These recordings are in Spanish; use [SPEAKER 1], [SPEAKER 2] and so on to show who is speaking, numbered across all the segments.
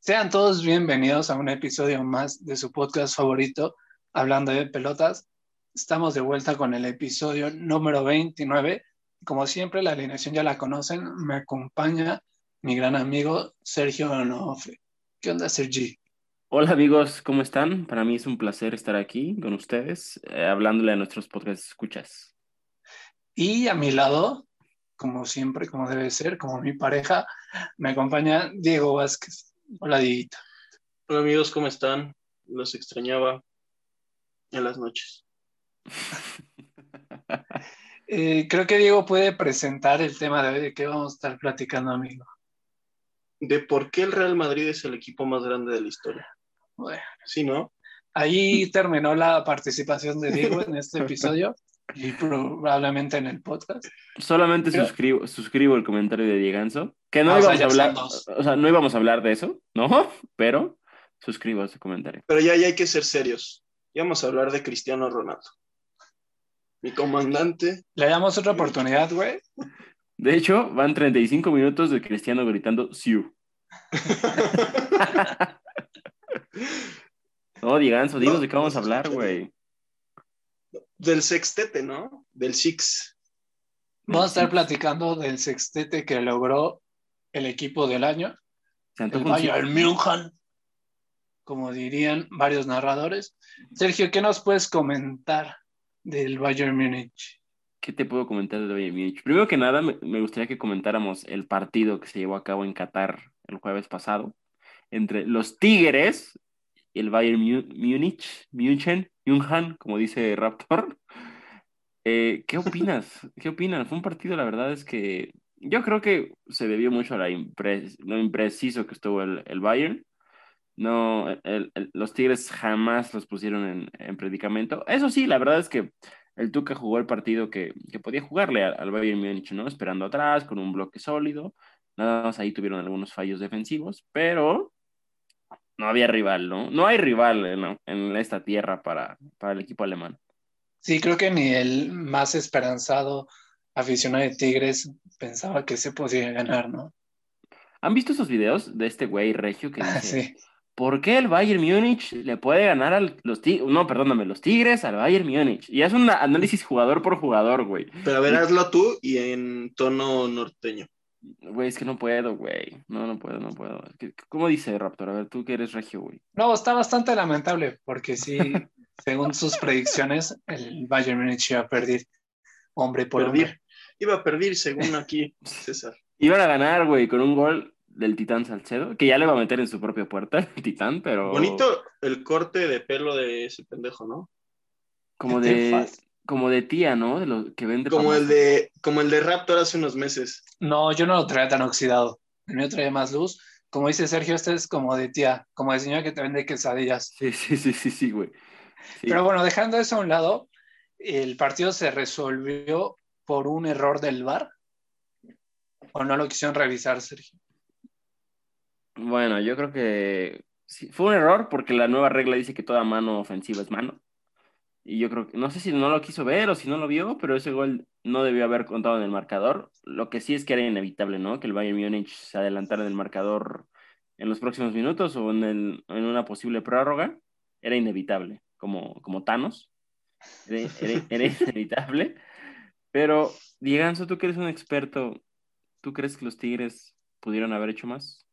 [SPEAKER 1] Sean todos bienvenidos a un episodio más de su podcast favorito, Hablando de Pelotas. Estamos de vuelta con el episodio número 29. Como siempre, la alineación ya la conocen. Me acompaña mi gran amigo Sergio Onofre. ¿Qué onda, Sergi?
[SPEAKER 2] Hola amigos, ¿cómo están? Para mí es un placer estar aquí con ustedes, eh, hablándole a nuestros podcast escuchas.
[SPEAKER 1] Y a mi lado, como siempre, como debe ser, como mi pareja, me acompaña Diego Vázquez. Hola, Dieguito.
[SPEAKER 3] Hola amigos, ¿cómo están? Los extrañaba en las noches.
[SPEAKER 1] Eh, creo que Diego puede presentar el tema de hoy, de qué vamos a estar platicando, amigo.
[SPEAKER 3] De por qué el Real Madrid es el equipo más grande de la historia.
[SPEAKER 1] Bueno,
[SPEAKER 3] Sí, ¿no?
[SPEAKER 1] ahí terminó la participación de Diego en este episodio y probablemente en el podcast.
[SPEAKER 2] Solamente
[SPEAKER 1] Pero-
[SPEAKER 2] suscribo, suscribo el comentario de Dieganzo, que no
[SPEAKER 1] Ah, o sea,
[SPEAKER 2] íbamos
[SPEAKER 1] ya
[SPEAKER 2] a hablar,
[SPEAKER 1] son dos.
[SPEAKER 2] o sea, no íbamos a hablar de eso, ¿no? Pero suscribo ese comentario.
[SPEAKER 3] Pero ya, ya hay que ser serios. Ya vamos a hablar de Cristiano Ronaldo. Mi comandante.
[SPEAKER 1] Le damos otra oportunidad, güey.
[SPEAKER 2] De hecho, van 35 minutos de Cristiano gritando Siu. No, Dieganzo, dinos
[SPEAKER 3] No,
[SPEAKER 2] de qué vamos a
[SPEAKER 1] pues,
[SPEAKER 3] no,
[SPEAKER 2] hablar,
[SPEAKER 3] no.
[SPEAKER 2] güey.
[SPEAKER 3] Del sextete, ¿no? Del six.
[SPEAKER 1] Vamos a estar platicando del sextete que logró el equipo del año, el
[SPEAKER 2] Se antoja un Siu.
[SPEAKER 1] Bayern München, como dirían varios narradores. Sergio, ¿qué nos puedes comentar del Bayern Múnich?
[SPEAKER 2] ¿Qué te puedo comentar del Bayern Múnich? Primero que nada, me, me gustaría que comentáramos el partido que se llevó a cabo en Qatar el jueves pasado entre los Tigres y el Bayern Mu- Múnich, München, München, como dice Raptor. Eh, ¿Qué opinas? ¿Qué opinas? Fue un partido, la verdad es que yo creo que se debió mucho a la impre- lo impreciso que estuvo el, el Bayern. No, el- el- los Tigres jamás los pusieron en, en predicamento. Eso sí, la verdad es que el Tuca jugó el partido que, que podía jugarle al, al Bayern Múnich, ¿no? Esperando atrás, con un bloque sólido. Nada más ahí tuvieron algunos fallos defensivos, pero no había rival, ¿no? No hay rival en, la- en esta tierra para, para el equipo alemán.
[SPEAKER 1] Sí, creo que ni el más esperanzado aficionado de Tigres pensaba que se podía ganar, ¿no?
[SPEAKER 2] ¿Han visto esos videos de este güey regio que dice,
[SPEAKER 1] Sí.
[SPEAKER 2] ¿por qué el Bayern Múnich le puede ganar a los Tigres? No, perdóname, los Tigres al Bayern Múnich. Y es un análisis jugador por jugador, güey.
[SPEAKER 3] Pero a ver, hazlo tú y en tono norteño.
[SPEAKER 2] Güey, es que no puedo, güey. No, no puedo, no puedo. Es que- ¿Cómo dice Raptor? A ver, tú que eres regio, güey.
[SPEAKER 1] No, está bastante lamentable porque sí, según sus predicciones, el Bayern Múnich iba a perder hombre por
[SPEAKER 3] Perdir.
[SPEAKER 1] hombre.
[SPEAKER 3] Iba a perder según aquí César.
[SPEAKER 2] Iban a ganar, güey, con un gol del Titán Salcedo, que ya le va a meter en su propia puerta el Titán,
[SPEAKER 1] Oh.
[SPEAKER 2] pero.
[SPEAKER 3] Bonito el corte de pelo de ese pendejo, ¿no?
[SPEAKER 2] Como de, como de tía, ¿no? De lo que vende.
[SPEAKER 3] Como
[SPEAKER 2] palomas.
[SPEAKER 3] el de, como el de Raptor hace unos meses.
[SPEAKER 1] No, yo no lo traía tan oxidado. El mío traía más luz. Como dice Sergio, este es como de tía, como de señora que te vende quesadillas.
[SPEAKER 2] Sí, sí, sí, sí, sí, güey. Sí.
[SPEAKER 1] Pero bueno, dejando eso a un lado, el partido se resolvió por un error del VAR. ¿O no lo quisieron revisar, Sergio?
[SPEAKER 2] Bueno, yo creo que sí, fue un error porque la nueva regla dice que toda mano ofensiva es mano. Y yo creo que, no sé si no lo quiso ver o si no lo vio, pero ese gol no debió haber contado en el marcador. Lo que sí es que era inevitable, ¿no? Que el Bayern Múnich se adelantara en el marcador en los próximos minutos o en, el- en una posible prórroga. Era inevitable, como, como Thanos. Era, era- era inevitable. Pero, Dieganzo, tú que eres un experto, ¿tú crees que los Tigres pudieron haber hecho más?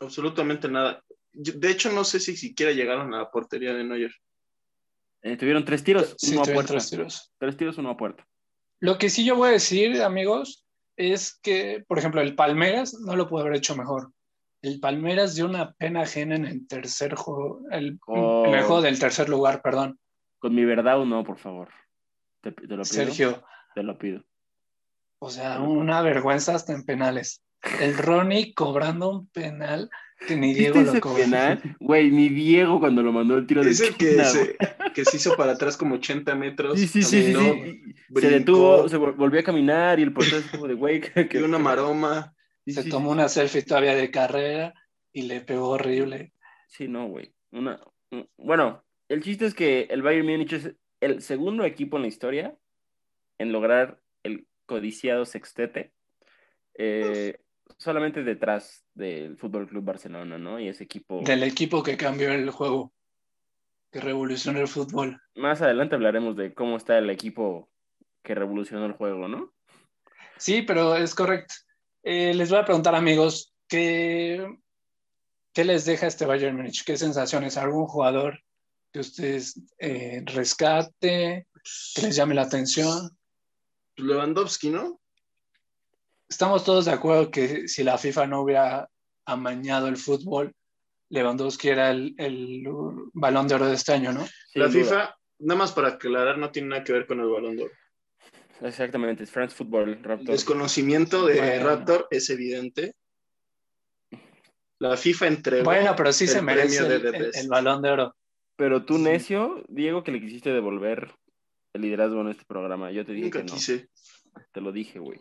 [SPEAKER 3] Absolutamente nada. Yo- de hecho, no sé si siquiera llegaron a la portería de Neuer.
[SPEAKER 2] Eh, tuvieron tres tiros,
[SPEAKER 1] Sí,
[SPEAKER 2] uno a
[SPEAKER 1] tuvieron
[SPEAKER 2] puerta.
[SPEAKER 1] tres
[SPEAKER 2] Tres,
[SPEAKER 1] tiros.
[SPEAKER 2] tiros, uno a puerta.
[SPEAKER 1] Lo que sí yo voy a decir, amigos, es que, por ejemplo, el Palmeras no lo pudo haber hecho mejor. El Palmeras dio una pena ajena en el tercer juego, el,
[SPEAKER 2] Oh.
[SPEAKER 1] en el juego del tercer lugar, perdón,
[SPEAKER 2] Con mi verdad o no, por favor. Te, te lo pido.
[SPEAKER 1] Sergio.
[SPEAKER 2] Te lo pido.
[SPEAKER 1] O sea, una vergüenza hasta en penales. El Ronnie cobrando un penal que ni Diego
[SPEAKER 2] ¿Viste
[SPEAKER 1] lo
[SPEAKER 2] ese
[SPEAKER 1] cobró.
[SPEAKER 2] penal? Güey, mi Diego cuando lo mandó el tiro de
[SPEAKER 3] Es el que,
[SPEAKER 2] esquina, güey.
[SPEAKER 3] se, que se hizo para atrás como 80 metros.
[SPEAKER 2] Sí, sí, sí, sí,
[SPEAKER 3] caminó,
[SPEAKER 2] sí.
[SPEAKER 3] brincó,
[SPEAKER 2] Se detuvo, se vol- volvió a caminar y el portero es como de güey. Que,
[SPEAKER 3] dio una maroma.
[SPEAKER 2] Sí,
[SPEAKER 1] Se
[SPEAKER 2] sí,
[SPEAKER 1] tomó una selfie todavía de carrera y le pegó horrible.
[SPEAKER 2] Sí, no, güey. Una... un- Bueno, el chiste es que el Bayern Múnich es el segundo equipo en la historia en lograr el codiciado sextete. Eh, solamente detrás del Fútbol Club Barcelona, ¿no? Y ese equipo.
[SPEAKER 1] Del equipo que cambió el juego, que revolucionó el fútbol.
[SPEAKER 2] Más adelante hablaremos de cómo está el equipo que revolucionó el juego, ¿no?
[SPEAKER 1] Sí, pero es correcto. Eh, les voy a preguntar, amigos, ¿qué, ¿qué les deja este Bayern Múnich? ¿Qué sensaciones? ¿Algún jugador que ustedes eh, rescate, que les llame la atención?
[SPEAKER 3] Lewandowski, ¿no?
[SPEAKER 1] Estamos todos de acuerdo que si la FIFA no hubiera amañado el fútbol, Lewandowski era el, el balón de oro de este año, ¿no?
[SPEAKER 2] Sin
[SPEAKER 3] la
[SPEAKER 2] duda.
[SPEAKER 3] FIFA, nada más para aclarar, no tiene nada que ver con el balón de oro.
[SPEAKER 2] Exactamente, es France Football,
[SPEAKER 3] El
[SPEAKER 2] Raptor.
[SPEAKER 3] desconocimiento de
[SPEAKER 1] Bueno.
[SPEAKER 3] Raptor es evidente. La FIFA entregó.
[SPEAKER 1] Bueno, pero sí
[SPEAKER 3] el
[SPEAKER 1] se
[SPEAKER 3] premio
[SPEAKER 1] merece
[SPEAKER 3] de
[SPEAKER 1] el,
[SPEAKER 3] The
[SPEAKER 1] el-
[SPEAKER 3] Best.
[SPEAKER 1] el balón de oro.
[SPEAKER 2] Pero tú,
[SPEAKER 3] Sí.
[SPEAKER 2] necio, Diego, que le quisiste devolver el liderazgo en este programa. Yo te dije
[SPEAKER 3] Nunca
[SPEAKER 2] que no.
[SPEAKER 3] quise.
[SPEAKER 2] Te lo dije, güey.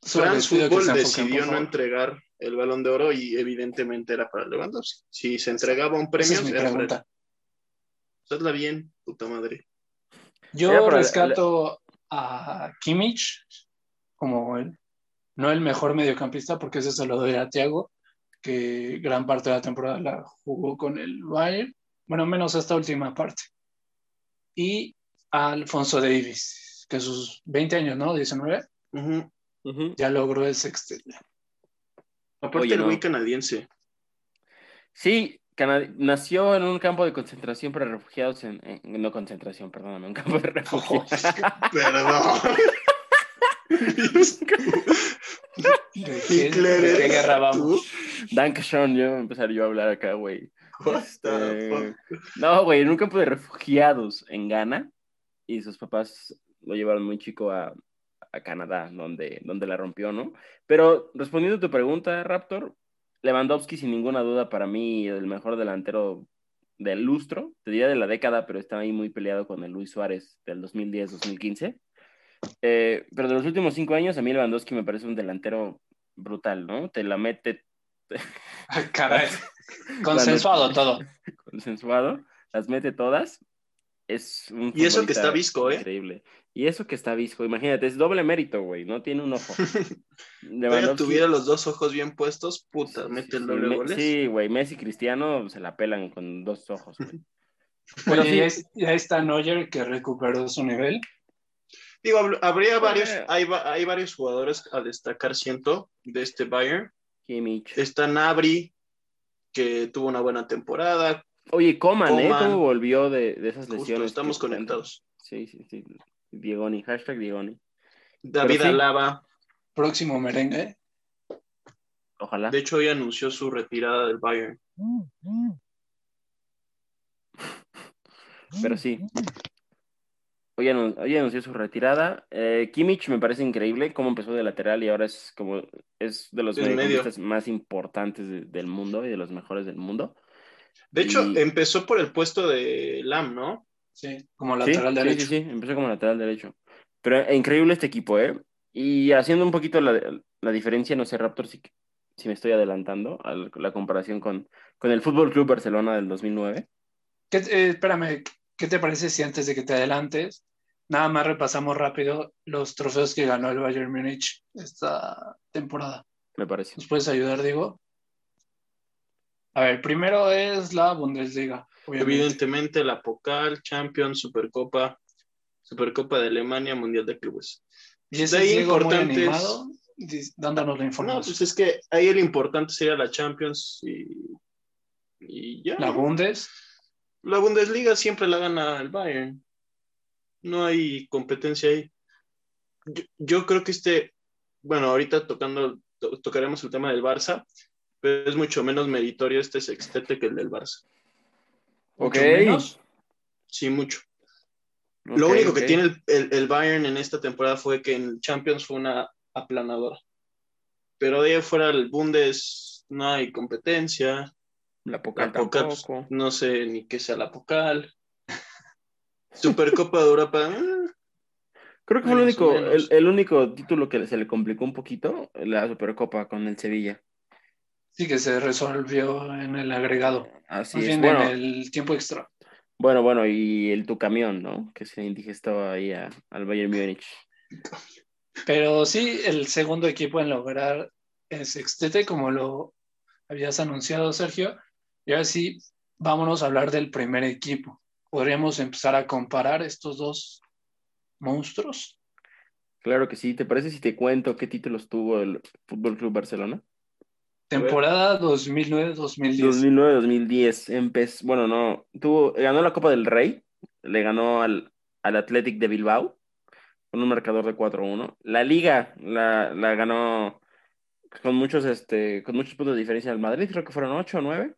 [SPEAKER 1] Solo
[SPEAKER 3] France
[SPEAKER 1] les pido que
[SPEAKER 3] Football
[SPEAKER 1] se enfoquen,
[SPEAKER 3] decidió
[SPEAKER 1] por
[SPEAKER 3] no
[SPEAKER 1] favor.
[SPEAKER 3] entregar el balón de oro y evidentemente era para Lewandowski. Si se entregaba un
[SPEAKER 1] Esa
[SPEAKER 3] premio,
[SPEAKER 1] es mi
[SPEAKER 3] era para
[SPEAKER 1] pregunta.
[SPEAKER 3] él. Hazla bien, puta madre.
[SPEAKER 2] Era
[SPEAKER 1] Yo
[SPEAKER 2] para-
[SPEAKER 1] rescato a Kimmich como el, no el mejor mediocampista, porque ese se lo doy a Thiago, que gran parte de la temporada la jugó con el Bayern, bueno, menos esta última parte. Y a Alfonso Davis, que a sus 20 años, ¿no? 19,
[SPEAKER 3] Ujú.
[SPEAKER 1] ya logró el sextete.
[SPEAKER 3] Aparte,
[SPEAKER 2] Oye,
[SPEAKER 3] el güey
[SPEAKER 2] no.
[SPEAKER 3] canadiense.
[SPEAKER 2] Sí, cana- nació en un campo de concentración para refugiados en, en- no concentración, perdóname, un campo de refugiados.
[SPEAKER 3] Perdón.
[SPEAKER 1] ¿De qué,
[SPEAKER 3] Hitler,
[SPEAKER 1] de qué
[SPEAKER 3] ¿eres
[SPEAKER 1] guerra
[SPEAKER 3] tú?
[SPEAKER 1] vamos?
[SPEAKER 2] Dankeschön, yo voy a empezar yo a hablar acá, güey.
[SPEAKER 3] What the
[SPEAKER 2] Eh,
[SPEAKER 3] fuck?
[SPEAKER 2] no, güey, en un campo de refugiados en Ghana y sus papás lo llevaron muy chico a, a Canadá, donde, donde la rompió, ¿no? Pero respondiendo a tu pregunta, Raptor, Lewandowski sin ninguna duda para mí el mejor delantero del lustro, te diría de la década, pero está ahí muy peleado con el Luis Suárez del 2010-2015. Eh, pero de los últimos cinco años, a mí Lewandowski me parece un delantero brutal, ¿no? Te la mete
[SPEAKER 1] Ah, Caray, consensuado todo.
[SPEAKER 2] consensuado, las mete todas. Es un
[SPEAKER 3] Y eso que
[SPEAKER 2] futbolista
[SPEAKER 3] está visco, ¿eh?
[SPEAKER 2] Increíble. Y eso que está visco, imagínate, es doble mérito, güey, no tiene un ojo.
[SPEAKER 3] Todavía
[SPEAKER 2] Lewandowski-
[SPEAKER 3] tuviera los dos ojos bien puestos, puta,
[SPEAKER 2] Sí,
[SPEAKER 3] mete el
[SPEAKER 2] sí,
[SPEAKER 3] doble
[SPEAKER 2] me-
[SPEAKER 3] goles.
[SPEAKER 2] Sí, güey, Messi y Cristiano se la pelan con dos ojos, güey. Pero
[SPEAKER 1] Oye,
[SPEAKER 2] sí.
[SPEAKER 1] ya, es- ya está Neuer que recuperó su nivel.
[SPEAKER 3] Digo, habl- habría varios,
[SPEAKER 2] Bueno.
[SPEAKER 3] hay, va- hay varios jugadores a destacar, siento, de este Bayern.
[SPEAKER 2] Kimmich.
[SPEAKER 3] Está Nabri, que tuvo una buena temporada.
[SPEAKER 2] Oye, Coman, ¿eh?
[SPEAKER 3] Coman.
[SPEAKER 2] ¿Cómo volvió de, de esas
[SPEAKER 3] Justo,
[SPEAKER 2] lesiones?
[SPEAKER 3] estamos
[SPEAKER 2] que-
[SPEAKER 3] conectados.
[SPEAKER 2] Sí, sí, sí. Diegoni, hashtag Diegoni.
[SPEAKER 3] David
[SPEAKER 2] Pero sí.
[SPEAKER 3] Alaba,
[SPEAKER 1] Próximo merengue.
[SPEAKER 2] Ojalá.
[SPEAKER 3] de hecho, hoy anunció su retirada del Bayern.
[SPEAKER 2] Pero sí. Hoy, anun- hoy anunció su retirada. Eh, Kimmich me parece increíble cómo empezó de lateral y ahora es como es de los
[SPEAKER 3] Del medio.
[SPEAKER 2] mediocampistas más importantes de- del mundo y de los mejores del mundo.
[SPEAKER 3] De hecho,
[SPEAKER 2] Y-
[SPEAKER 3] empezó por el puesto de Lam, ¿no?
[SPEAKER 1] Sí, como
[SPEAKER 2] Sí,
[SPEAKER 1] lateral
[SPEAKER 2] sí,
[SPEAKER 1] derecho.
[SPEAKER 2] Sí, sí, empezó como lateral derecho. Pero eh, increíble este equipo, ¿eh? Y haciendo un poquito la, la diferencia, no sé, Raptor, si, si me estoy adelantando a la comparación con, con el Fútbol Club Barcelona del 2009.
[SPEAKER 1] ¿Qué te- eh, espérame, ¿qué te parece si antes de que te adelantes, nada más repasamos rápido los trofeos que ganó el Bayern Múnich esta temporada?
[SPEAKER 2] Me parece.
[SPEAKER 1] ¿Nos puedes ayudar, Diego? A ver, primero es la Bundesliga, obviamente.
[SPEAKER 3] Evidentemente, la Pokal, Champions, Supercopa, Supercopa de Alemania, Mundial de Clubes.
[SPEAKER 1] Y ese
[SPEAKER 3] de ahí
[SPEAKER 1] Diego muy
[SPEAKER 3] importantes-
[SPEAKER 1] animado, dis- dándonos la
[SPEAKER 3] No, pues
[SPEAKER 1] información.
[SPEAKER 3] es que ahí lo importante sería la Champions y, y ya.
[SPEAKER 1] La
[SPEAKER 3] ¿no?
[SPEAKER 1] Bundes,
[SPEAKER 3] La Bundesliga siempre la gana el Bayern. No hay competencia ahí. Yo, yo creo que este, bueno, ahorita tocando, to- tocaremos el tema del Barça, pero es mucho menos meritorio este sextete que el del Barça.
[SPEAKER 2] Ok.
[SPEAKER 1] mucho menos.
[SPEAKER 3] Sí, mucho. Lo
[SPEAKER 2] Ok,
[SPEAKER 3] único
[SPEAKER 2] ok.
[SPEAKER 3] que tiene el, el- el Bayern en esta temporada fue que en Champions fue una aplanadora. Pero de ahí fuera el Bundes no hay competencia.
[SPEAKER 2] La poca
[SPEAKER 3] La Pokal, pues,
[SPEAKER 2] tampoco.
[SPEAKER 3] no sé ni qué sea la Pokal. Supercopa de Europa. mm,
[SPEAKER 2] Creo que fue el
[SPEAKER 3] Menos o
[SPEAKER 2] único, el,
[SPEAKER 3] menos.
[SPEAKER 2] el único título que se le complicó un poquito, la Supercopa con el Sevilla.
[SPEAKER 1] Sí, que se resolvió en el agregado.
[SPEAKER 2] Así
[SPEAKER 1] Más
[SPEAKER 2] es.
[SPEAKER 1] bien
[SPEAKER 2] Bueno,
[SPEAKER 1] en el tiempo extra.
[SPEAKER 2] bueno, bueno, y el tu camión, ¿no? Que se indigestó ahí a- al Bayern Múnich.
[SPEAKER 1] Pero sí, el segundo equipo en lograr el sextete, como lo habías anunciado, Sergio. Y ahora sí, vámonos a hablar del primer equipo. ¿Podríamos empezar a comparar estos dos monstruos?
[SPEAKER 2] Claro que sí. ¿Te parece si te cuento qué títulos tuvo el Fútbol Club Barcelona?
[SPEAKER 1] Temporada 2009-2010.
[SPEAKER 2] 2009-2010. Empezó, bueno, no, tuvo, ganó la Copa del Rey, le ganó al, al Athletic de Bilbao con un marcador de 4-1. La Liga la, la ganó con muchos, este, con muchos puntos de diferencia al Madrid, creo que fueron 8 o 9.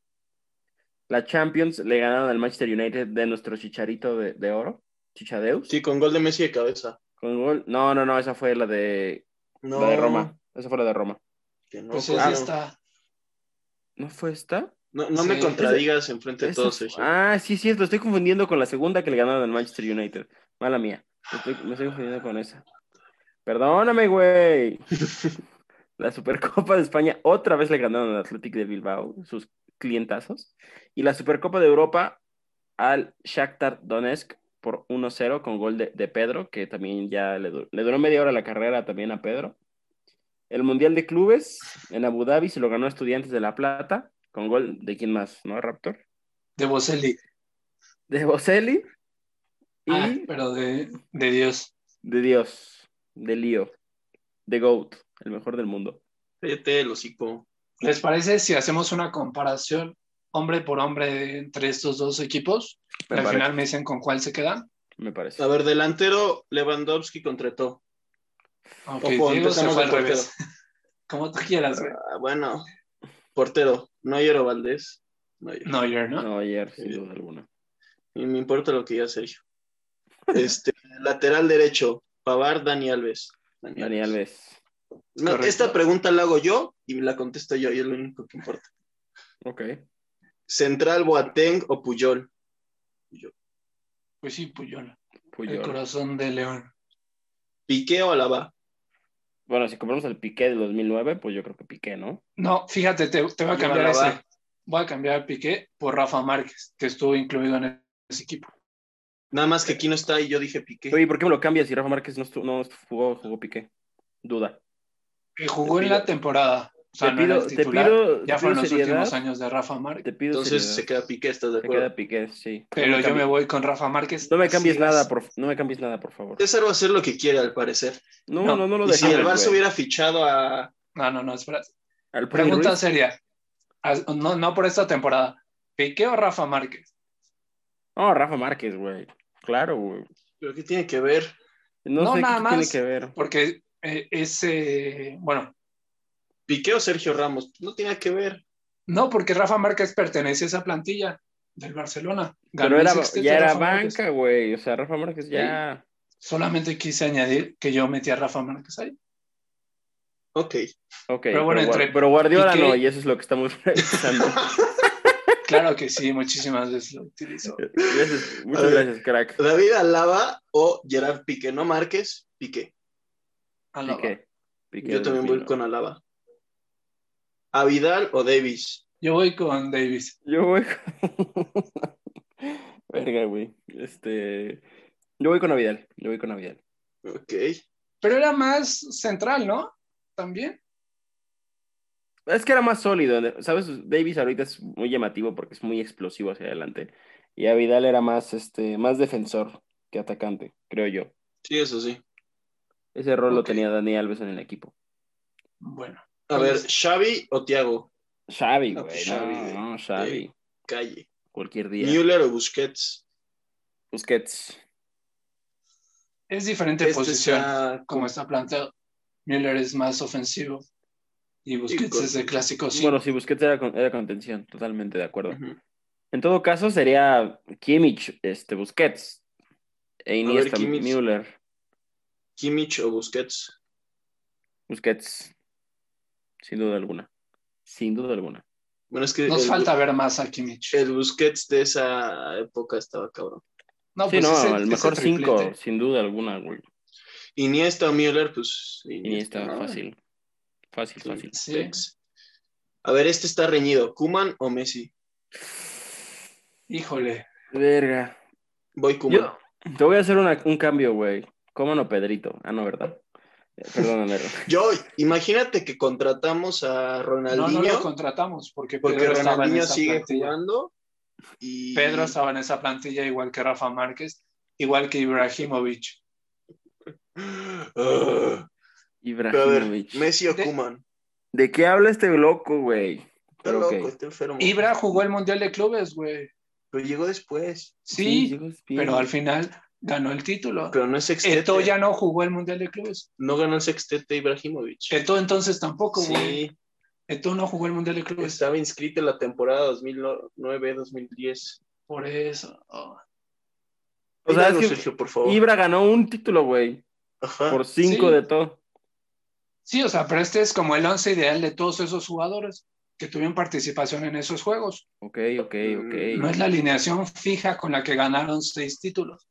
[SPEAKER 2] La Champions le ganaron al Manchester United de nuestro chicharito de, de oro, Chichadeus.
[SPEAKER 3] Sí, con gol de Messi de cabeza.
[SPEAKER 2] Con gol. No, no, no, esa fue la de,
[SPEAKER 3] No,
[SPEAKER 2] la de Roma. Esa fue la de Roma.
[SPEAKER 3] que no,
[SPEAKER 1] Pues es
[SPEAKER 3] claro.
[SPEAKER 1] esta.
[SPEAKER 2] ¿No fue esta?
[SPEAKER 3] No, no me
[SPEAKER 1] Sí.
[SPEAKER 3] contradigas enfrente de
[SPEAKER 2] Esta
[SPEAKER 3] todos,
[SPEAKER 2] fu-
[SPEAKER 3] Sergio.
[SPEAKER 2] Ah, sí, es cierto. Estoy confundiendo con la segunda que le ganaron al Manchester United. Mala mía. Estoy- me estoy confundiendo con esa. Perdóname, güey. La Supercopa de España otra vez le ganaron al Athletic de Bilbao, sus clientazos. Y la Supercopa de Europa al Shakhtar Donetsk por 1-0 con gol de, de Pedro, que también ya le, du- le duró media hora la carrera también a Pedro. El Mundial de Clubes en Abu Dhabi se lo ganó a Estudiantes de La Plata con gol de quién más, ¿no, Raptor?
[SPEAKER 1] De Boselli.
[SPEAKER 2] de Boselli y
[SPEAKER 1] Ah, pero de, de Dios.
[SPEAKER 2] de Dios, de Lío, de Goat, el mejor del mundo.
[SPEAKER 3] Cállate el hocico.
[SPEAKER 1] ¿Les parece si hacemos una comparación hombre por hombre entre estos dos equipos?
[SPEAKER 2] Me
[SPEAKER 1] Al
[SPEAKER 2] parece.
[SPEAKER 1] final me dicen con cuál se quedan.
[SPEAKER 2] Me parece.
[SPEAKER 3] A ver, delantero Lewandowski contrató.
[SPEAKER 1] Ah, Ok,
[SPEAKER 3] Ojo,
[SPEAKER 1] Diego se
[SPEAKER 3] empezamos
[SPEAKER 1] fue al
[SPEAKER 3] del portero.
[SPEAKER 1] revés. Como tú quieras, güey.
[SPEAKER 3] Ah, bueno, portero, Neuer o Valdés. Neuer.
[SPEAKER 1] Neuer, ¿no?
[SPEAKER 2] No, ayer, sin duda alguna.
[SPEAKER 3] Y me importa lo que diga Sergio. Este, lateral derecho, Pavar, Dani Alves. Dani
[SPEAKER 2] Dani
[SPEAKER 3] Alves.
[SPEAKER 2] Alves.
[SPEAKER 3] No,
[SPEAKER 1] Correcto.
[SPEAKER 3] esta pregunta la hago yo y la contesto yo, y es lo único que importa.
[SPEAKER 2] Ok.
[SPEAKER 3] Central, Boateng o Puyol.
[SPEAKER 1] Pues sí, Puyol. El
[SPEAKER 2] Puyol.
[SPEAKER 1] corazón de León.
[SPEAKER 3] Piqué o Alaba.
[SPEAKER 2] Bueno, si compramos el Piqué del 2009, pues yo creo que Piqué, ¿no?
[SPEAKER 1] No, fíjate, te, te voy a
[SPEAKER 3] Yo
[SPEAKER 1] cambiar
[SPEAKER 3] la va.
[SPEAKER 1] ese. Voy a cambiar a Piqué por Rafa Márquez, que estuvo incluido en ese equipo.
[SPEAKER 3] Nada más que aquí no está y yo dije Piqué.
[SPEAKER 2] Oye, ¿por qué me lo cambias si Rafa Márquez no, estu- no jugó, jugó Piqué? Duda.
[SPEAKER 1] Que jugó
[SPEAKER 2] Te
[SPEAKER 1] en
[SPEAKER 2] pido-
[SPEAKER 1] la temporada. O sea,
[SPEAKER 2] te
[SPEAKER 1] no era
[SPEAKER 2] pido,
[SPEAKER 1] el
[SPEAKER 2] te
[SPEAKER 1] titular.
[SPEAKER 2] pido,
[SPEAKER 1] ya fueron
[SPEAKER 2] te pido
[SPEAKER 1] los últimos
[SPEAKER 2] seriedad.
[SPEAKER 1] años de Rafa Márquez.
[SPEAKER 2] Te pido
[SPEAKER 3] Entonces
[SPEAKER 2] seriedad.
[SPEAKER 3] se queda Piqué, ¿estás de
[SPEAKER 2] Se queda
[SPEAKER 3] acuerdo?
[SPEAKER 2] Piqué, sí.
[SPEAKER 1] Pero
[SPEAKER 2] No me
[SPEAKER 1] yo me
[SPEAKER 2] cambies-
[SPEAKER 1] voy con Rafa Márquez.
[SPEAKER 2] No me cambies
[SPEAKER 1] Sigas.
[SPEAKER 2] nada, por, no me cambies nada, por favor.
[SPEAKER 3] César va a hacer lo que quiere, al parecer.
[SPEAKER 2] No, no,
[SPEAKER 1] No.
[SPEAKER 2] no, lo
[SPEAKER 3] Y si
[SPEAKER 2] dejamos,
[SPEAKER 3] el Barça
[SPEAKER 2] güey.
[SPEAKER 3] hubiera fichado a.
[SPEAKER 1] No, no, no, espera.
[SPEAKER 2] Al Pony
[SPEAKER 1] Pregunta
[SPEAKER 2] Ruiz.
[SPEAKER 1] seria. As- No, no por esta temporada. ¿Piqué o Rafa Márquez?
[SPEAKER 2] No, Rafa Márquez, güey. Claro, güey.
[SPEAKER 3] ¿Pero qué tiene que ver?
[SPEAKER 2] No,
[SPEAKER 1] No,
[SPEAKER 2] sé
[SPEAKER 1] nada
[SPEAKER 2] qué
[SPEAKER 1] más.
[SPEAKER 2] tiene que ver.
[SPEAKER 1] Porque eh, ese. Bueno,
[SPEAKER 3] Piqué o Sergio Ramos. No tiene que ver.
[SPEAKER 1] no, porque Rafa Márquez pertenece a esa plantilla del Barcelona. Ganó
[SPEAKER 2] Pero
[SPEAKER 1] el
[SPEAKER 2] era,
[SPEAKER 1] sextete
[SPEAKER 2] ya era
[SPEAKER 1] Rafa Márquez.
[SPEAKER 2] banca, güey. O sea, Rafa Márquez ya.
[SPEAKER 1] Solamente quise añadir que yo metí a Rafa Márquez ahí.
[SPEAKER 3] Ok.
[SPEAKER 2] Ok.
[SPEAKER 1] Pero bueno,
[SPEAKER 2] Gua-
[SPEAKER 1] entre
[SPEAKER 2] pero Guardiola
[SPEAKER 1] Piqué-
[SPEAKER 2] no, y eso es lo que estamos revisando.
[SPEAKER 1] Claro que sí, muchísimas veces lo utilizo.
[SPEAKER 2] Gracias,
[SPEAKER 3] A
[SPEAKER 2] muchas
[SPEAKER 3] ver.
[SPEAKER 2] gracias, crack.
[SPEAKER 3] David Alaba o Gerard Piqué. No Márquez, Piqué.
[SPEAKER 1] Alaba.
[SPEAKER 2] Piqué. Piqué
[SPEAKER 3] Yo también voy
[SPEAKER 2] Delfino.
[SPEAKER 3] con Alaba. ¿A Vidal o Davis?
[SPEAKER 1] Yo voy con Davis.
[SPEAKER 2] Yo voy con. Verga, güey. Este. Yo voy con Navidad. Yo voy con Navidad.
[SPEAKER 3] Ok.
[SPEAKER 1] Pero era más central, ¿no? También.
[SPEAKER 2] Es que era más sólido, ¿sabes? Davis ahorita es muy llamativo porque es muy explosivo hacia adelante. Y a Vidal era más, este, más defensor que atacante, creo yo.
[SPEAKER 3] Sí, eso sí.
[SPEAKER 2] Ese rol lo
[SPEAKER 1] Ok.
[SPEAKER 2] tenía Dani Alves en el equipo.
[SPEAKER 1] Bueno,
[SPEAKER 3] A ver, Xavi o Thiago.
[SPEAKER 2] Xavi,
[SPEAKER 3] No,
[SPEAKER 2] güey.
[SPEAKER 3] pues,
[SPEAKER 2] no,
[SPEAKER 3] Xavi, güey.
[SPEAKER 2] no, Xavi.
[SPEAKER 3] Sí. Calle.
[SPEAKER 2] Cualquier día.
[SPEAKER 3] Müller o Busquets.
[SPEAKER 2] Busquets.
[SPEAKER 1] es diferente
[SPEAKER 3] Este
[SPEAKER 1] posición
[SPEAKER 3] está-
[SPEAKER 1] como está planteado. Müller es más ofensivo y Busquets
[SPEAKER 3] con-
[SPEAKER 1] es el clásico sí.
[SPEAKER 2] Bueno, sí, Busquets era, con- era contención, totalmente de acuerdo.
[SPEAKER 3] Ujú.
[SPEAKER 2] En todo caso, sería Kimmich, este, Busquets. E Iniesta,
[SPEAKER 3] Kimmich.
[SPEAKER 2] Müller,
[SPEAKER 3] Kimmich o Busquets.
[SPEAKER 2] Busquets. Sin duda alguna. Sin duda alguna.
[SPEAKER 3] Bueno, es que
[SPEAKER 1] Nos
[SPEAKER 3] el,
[SPEAKER 1] falta ver más a Kimmich.
[SPEAKER 3] el Busquets de esa época estaba cabrón.
[SPEAKER 1] No, pues
[SPEAKER 2] sí, no,
[SPEAKER 1] ese-
[SPEAKER 2] el
[SPEAKER 1] ese
[SPEAKER 2] mejor cinco,
[SPEAKER 1] triplete.
[SPEAKER 2] sin duda alguna, güey.
[SPEAKER 3] Iniesta o Müller, pues.
[SPEAKER 2] Iniesta,
[SPEAKER 3] ¿no?
[SPEAKER 2] fácil. Fácil,
[SPEAKER 3] Sí.
[SPEAKER 2] fácil.
[SPEAKER 1] Sí.
[SPEAKER 3] A ver, este está reñido. ¿Kuman o Messi?
[SPEAKER 1] Híjole.
[SPEAKER 2] Verga.
[SPEAKER 3] Voy Kuman.
[SPEAKER 2] Yo te voy a hacer una- un cambio, güey. ¿Cómo no, Pedrito? Ah, no, ¿verdad? Perdóname. Ro.
[SPEAKER 3] Yo, imagínate que contratamos a
[SPEAKER 1] No, no
[SPEAKER 3] Ronaldinho
[SPEAKER 1] lo contratamos porque,
[SPEAKER 3] porque
[SPEAKER 1] Pedro estaba en
[SPEAKER 3] Ronaldinho
[SPEAKER 1] esa
[SPEAKER 3] sigue
[SPEAKER 1] plantilla.
[SPEAKER 3] jugando. Y... Ah,
[SPEAKER 1] Pedro estaba en esa plantilla igual que Rafa Márquez, igual que Ibrahimovic.
[SPEAKER 3] Ugh. Pero a ver,
[SPEAKER 2] Ibrahimovic.
[SPEAKER 3] Messi o
[SPEAKER 1] De-
[SPEAKER 3] Kuman.
[SPEAKER 2] ¿De qué habla este loco, güey?
[SPEAKER 3] Está
[SPEAKER 2] Pero,
[SPEAKER 3] loco,
[SPEAKER 2] ok.
[SPEAKER 3] está enfermo.
[SPEAKER 1] Ibra jugó el Mundial de Clubes, güey.
[SPEAKER 3] Pero llegó después.
[SPEAKER 1] Sí,
[SPEAKER 2] llegas bien.
[SPEAKER 1] pero al final ganó el título.
[SPEAKER 3] Pero no es sextete.
[SPEAKER 1] Eto ya no jugó el Mundial de Clubes.
[SPEAKER 3] No ganó el sextete Ibrahimovic.
[SPEAKER 1] Eto entonces tampoco, güey.
[SPEAKER 3] Sí,
[SPEAKER 1] Eto no jugó el Mundial de Clubes.
[SPEAKER 3] estaba inscrito en la temporada 2009-2010.
[SPEAKER 1] Por eso. oh.
[SPEAKER 2] O sea, es
[SPEAKER 3] Dígalo,
[SPEAKER 2] que
[SPEAKER 3] Sergio, por favor.
[SPEAKER 2] Ibra ganó un título, güey.
[SPEAKER 3] Ajá.
[SPEAKER 2] Por cinco
[SPEAKER 1] Sí.
[SPEAKER 2] de todo.
[SPEAKER 1] Sí, o sea, pero este es como el once ideal de todos esos jugadores que tuvieron participación en esos juegos.
[SPEAKER 2] Ok, ok,
[SPEAKER 1] No
[SPEAKER 3] Mm,
[SPEAKER 2] ok.
[SPEAKER 1] es la alineación fija con la que ganaron seis títulos.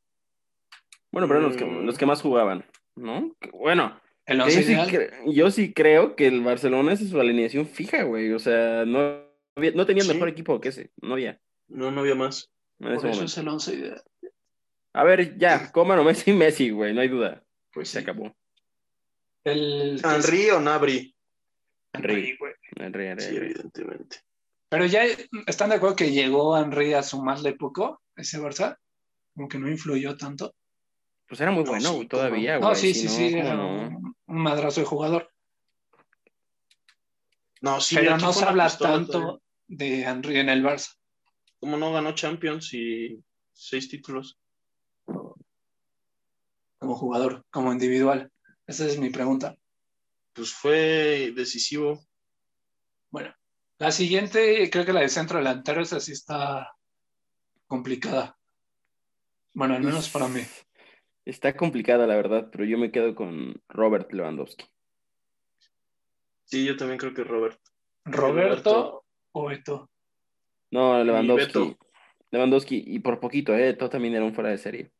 [SPEAKER 2] Bueno, pero los que,
[SPEAKER 3] Mm.
[SPEAKER 2] los que más jugaban, ¿no? Que- Bueno,
[SPEAKER 1] El
[SPEAKER 2] yo
[SPEAKER 1] once
[SPEAKER 2] sí,
[SPEAKER 1] ideal.
[SPEAKER 2] cre- yo sí creo que el Barcelona esa es su alineación fija, güey. O sea, no, había- no tenían
[SPEAKER 3] Sí.
[SPEAKER 2] mejor equipo que ese. No había.
[SPEAKER 3] No, no había más.
[SPEAKER 2] en ese
[SPEAKER 1] Por eso
[SPEAKER 2] momento.
[SPEAKER 1] es el once ideal.
[SPEAKER 2] A ver, ya, cómano Messi y Messi, güey. No hay duda.
[SPEAKER 3] Pues
[SPEAKER 2] Se acabó.
[SPEAKER 1] El
[SPEAKER 3] Henry o Nabri.
[SPEAKER 1] Henry, güey.
[SPEAKER 2] Henry, Henry,
[SPEAKER 3] Sí,
[SPEAKER 2] Henry.
[SPEAKER 3] evidentemente.
[SPEAKER 1] Pero ya están de acuerdo que llegó Henry a sumarle poco a ese Barça, como que no influyó tanto.
[SPEAKER 2] Pues era muy
[SPEAKER 3] No,
[SPEAKER 2] bueno
[SPEAKER 3] sí,
[SPEAKER 2] güey, todavía,
[SPEAKER 1] No,
[SPEAKER 2] Ah, güey.
[SPEAKER 1] sí, sí,
[SPEAKER 2] Si
[SPEAKER 1] sí,
[SPEAKER 2] ¿cómo
[SPEAKER 1] era
[SPEAKER 2] no?
[SPEAKER 1] un un madrazo de jugador.
[SPEAKER 3] No, sí,
[SPEAKER 1] pero
[SPEAKER 3] aquí
[SPEAKER 1] no
[SPEAKER 3] fue
[SPEAKER 1] se
[SPEAKER 3] una
[SPEAKER 1] habla
[SPEAKER 3] pistola
[SPEAKER 1] tanto eh.
[SPEAKER 3] todavía.
[SPEAKER 1] de Henry en el Barça.
[SPEAKER 3] ¿Cómo no ganó Champions y seis títulos?
[SPEAKER 1] como jugador, como individual? Esa es mi pregunta.
[SPEAKER 3] Pues fue decisivo.
[SPEAKER 1] Bueno, la siguiente, creo que la de centro delantero, esa sí está complicada. Bueno, al menos para mí.
[SPEAKER 2] Está complicada, la verdad, pero yo me quedo con Robert Lewandowski.
[SPEAKER 3] Sí, yo también creo que Robert.
[SPEAKER 1] ¿Roberto o Eto?
[SPEAKER 2] No,
[SPEAKER 3] Beto.
[SPEAKER 2] Lewandowski. Lewandowski, y por poquito, ¿eh? Todo también era un fuera de serie.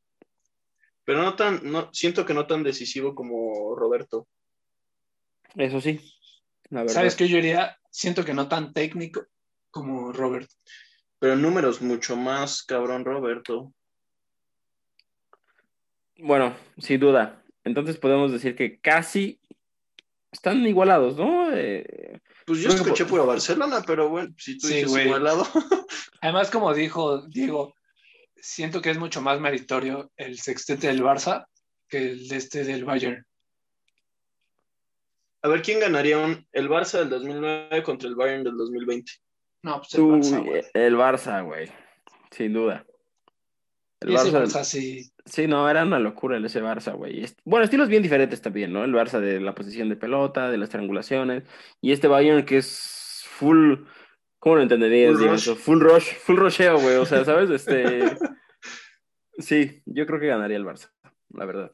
[SPEAKER 3] Pero no tan, no, siento que no tan decisivo como Roberto.
[SPEAKER 2] Eso sí, la verdad.
[SPEAKER 1] ¿Sabes qué? Yo diría, siento que no tan técnico como Roberto.
[SPEAKER 3] Pero en números mucho más cabrón Roberto.
[SPEAKER 2] Bueno, sin duda. Entonces podemos decir que casi están igualados, ¿no? Eh,
[SPEAKER 3] Pues yo
[SPEAKER 2] Bueno,
[SPEAKER 3] escuché
[SPEAKER 2] pues-
[SPEAKER 3] puro Barcelona, pero bueno, si tú
[SPEAKER 1] Sí,
[SPEAKER 3] dices
[SPEAKER 1] güey.
[SPEAKER 3] igualado.
[SPEAKER 1] Además, como dijo Diego, siento que es mucho más meritorio el sextete del Barça que el de este del Bayern.
[SPEAKER 3] A ver, ¿quién ganaría un- el Barça del 2009 contra el Bayern del 2020?
[SPEAKER 1] No, pues el
[SPEAKER 2] tú,
[SPEAKER 1] Barça, güey.
[SPEAKER 2] eh, el Barça, güey. Sin duda. El
[SPEAKER 1] Y ese
[SPEAKER 2] Barça,
[SPEAKER 1] Barça sí,
[SPEAKER 2] Sí, no, era una locura el ese Barça, güey. Est- Bueno, estilos bien diferentes también, ¿no? El Barça de la posición de pelota, de las triangulaciones, y este Bayern que es full, ¿cómo lo entenderías?
[SPEAKER 3] Full
[SPEAKER 2] Diego?
[SPEAKER 3] rush.
[SPEAKER 2] Eso, Full rush, full rusheo, güey. O sea, ¿sabes? Este, sí, yo creo que ganaría el Barça, la verdad.